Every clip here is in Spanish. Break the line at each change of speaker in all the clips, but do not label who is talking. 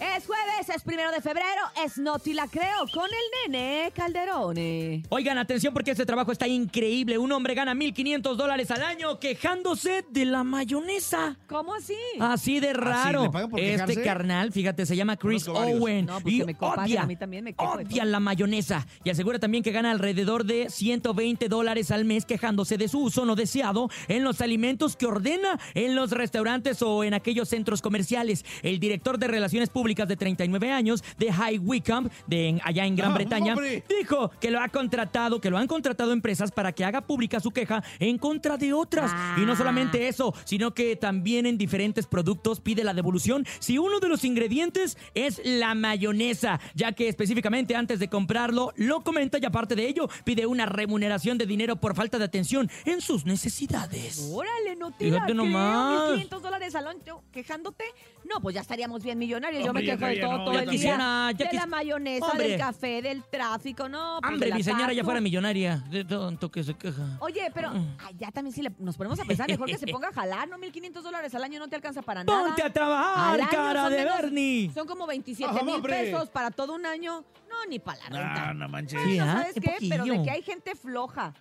Es jueves, es primero de febrero, es Noti la creo con el nene Calderone.
Oigan, atención porque este trabajo está increíble. Un hombre gana 1.500 dólares al año quejándose de la mayonesa.
¿Cómo así?
Así de raro.
¿le pagan por
este
quejarse?
carnal, fíjate, se llama Chris
Conozco varios.
Owen.
No, pues
y
que me comparen,
odia,
a mí también me quejo de
odia
todo.
la mayonesa. Y asegura también que gana alrededor de 120 dólares al mes quejándose de su uso no deseado en los alimentos que ordena en los restaurantes o en aquellos centros comerciales. El director de Relaciones Públicas de 39 años de High Wycombe, de en- allá en Gran
Ah,
Bretaña,
hombre.
dijo que lo ha contratado, que lo han contratado empresas para que haga pública su queja en contra de otras. Y no
Ah.
solamente eso, sino que también en diferentes productos pide la devolución si uno de los ingredientes es la mayonesa, ya que específicamente antes de comprarlo lo comenta y aparte de ello pide una remuneración de dinero por falta de atención en sus necesidades.
Órale, no te
Fíjate
la creo,
nomás.
1.500 dólares al año quejándote. No, pues ya estaríamos bien millonarios. Yo
Hombre,
me
yo
quejo de
también,
todo,
no,
todo
yo
el
también.
día.
Ya, ya
de
quis-
la mayonesa,
Hombre.
del café, del tráfico, no. pues, de
Hambre,
la
mi Mm. señora ya
tactu.
fuera millonaria, de tanto que se queja.
Oye, pero ay, ya también si le- nos ponemos a pensar, mejor que se ponga a jalar, ¿no? 1.500 dólares al año no te alcanza para nada.
Ponte a
Al
trabajar,
año
cara
son
de
menos-
Bernie.
Son como 27
Ajá,
mil
hombre.
pesos para todo un año. No, ni para la renta.
No, no manches.
Sí,
Bueno,
¿ah?
¿sabes
Qué
qué? Pero de
poquillo.
que hay gente floja,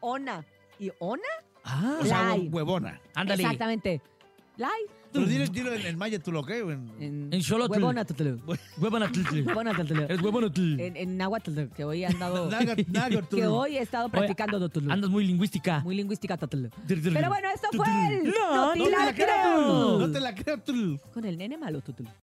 ona. ¿Y ona?
Ah,
O sea,
Lay.
huevona.
ándale.
Exactamente. Lai.
Pero dilo, dilo en, en maya tú lo que, en,
En,
En Xolotl.
Huevonatl.
Huevonatl.
Huevonatl.
Es huevonatl.
En, en náhuatl, que hoy he andado...
Naga- naga tú.
que hoy he estado
Oye, ah,
practicando Totl.
Andas muy lingüística.
Muy lingüística Totl.
Dir, dir,
Pero
dir.
bueno, esto
Totl.
fue el...
No,
Noti
no te
la
la creo.
creo.
No te la creo tú.
Con el nene malo Totl.